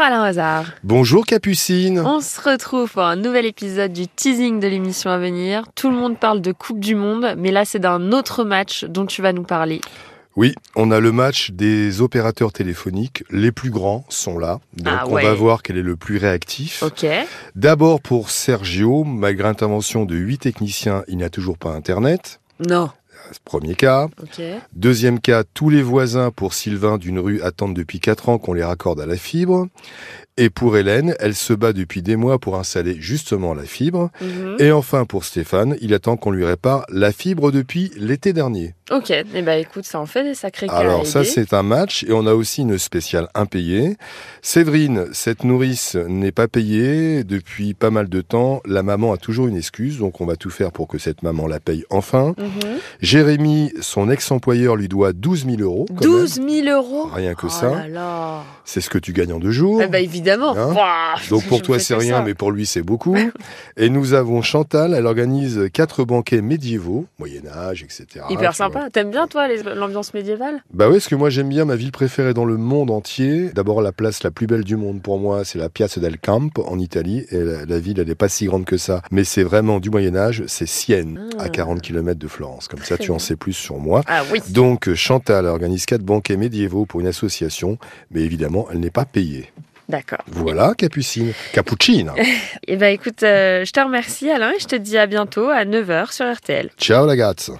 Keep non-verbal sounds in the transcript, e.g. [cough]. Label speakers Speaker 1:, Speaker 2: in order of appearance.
Speaker 1: Alain Hazard.
Speaker 2: [laughs] Bonjour Capucine.
Speaker 1: On se retrouve pour un nouvel épisode du teasing de l'émission à venir. Tout le monde parle de Coupe du Monde, mais là c'est d'un autre match dont tu vas nous parler.
Speaker 2: Oui, on a le match des opérateurs téléphoniques. Les plus grands sont là. Donc
Speaker 1: Ah
Speaker 2: on va
Speaker 1: ouais.
Speaker 2: voir quel est le plus réactif.
Speaker 1: Ok.
Speaker 2: D'abord pour Sergio, malgré l'intervention de huit techniciens, il n'a toujours pas Internet.
Speaker 1: Non.
Speaker 2: Premier cas.
Speaker 1: Ok.
Speaker 2: Deuxième cas, tous les voisins pour Sylvain d'une rue attendent depuis 4 ans qu'on les raccorde à la fibre. Et pour Hélène, elle se bat depuis des mois pour installer justement la fibre.
Speaker 1: Mhm.
Speaker 2: Et enfin pour Stéphane, il attend qu'on lui répare la fibre depuis l'été dernier.
Speaker 1: Ok. Et eh ben écoute, ça en fait des sacrés cas. à
Speaker 2: Alors ça
Speaker 1: aider.
Speaker 2: c'est un match et on a aussi une spéciale impayée. Séverine, cette nourrice n'est pas payée depuis pas mal de temps. La maman a toujours une excuse, donc on va tout faire pour que cette maman la paye enfin.
Speaker 1: Mhm.
Speaker 2: Jérémy, son ex-employeur lui doit 12 000 euros. quand même.
Speaker 1: 12 000 euros.
Speaker 2: Rien que
Speaker 1: oh
Speaker 2: ça.
Speaker 1: Là là.
Speaker 2: C'est ce que tu gagnes en deux jours.
Speaker 1: Eh ben évidemment.
Speaker 2: Hein
Speaker 1: Ouah,
Speaker 2: Donc
Speaker 1: je
Speaker 2: pour
Speaker 1: me
Speaker 2: toi
Speaker 1: fais
Speaker 2: c'est
Speaker 1: que
Speaker 2: rien,
Speaker 1: ça.
Speaker 2: mais pour lui
Speaker 1: [laughs]
Speaker 2: c'est beaucoup. Et nous avons Chantal, elle organise quatre banquets médiévaux, Moyen Âge, etc. Tu vois.
Speaker 1: Hyper sympa. T'aimes bien toi les- l'ambiance médiévale
Speaker 2: Bah oui, parce que moi j'aime bien ma ville préférée dans le monde entier. D'abord la place la plus belle du monde pour moi, c'est la Piazza del Campo en Italie. Et la, la ville, elle n'est pas si grande que ça, mais c'est vraiment du Moyen Âge, c'est Sienne,
Speaker 1: Ah.
Speaker 2: à 40 km de Florence. Comme ça
Speaker 1: Très
Speaker 2: tu en
Speaker 1: bien.
Speaker 2: sais plus sur moi.
Speaker 1: Ah oui.
Speaker 2: Donc euh, Chantal organise quatre banquets médiévaux pour une association, mais évidemment elle n'est pas payée.
Speaker 1: D'accord.
Speaker 2: Voilà, Capucine. Capucine.
Speaker 1: Eh ben écoute, euh, je te remercie Alain et je te dis à bientôt à 9h sur RTL.
Speaker 2: Ciao, ragazzi.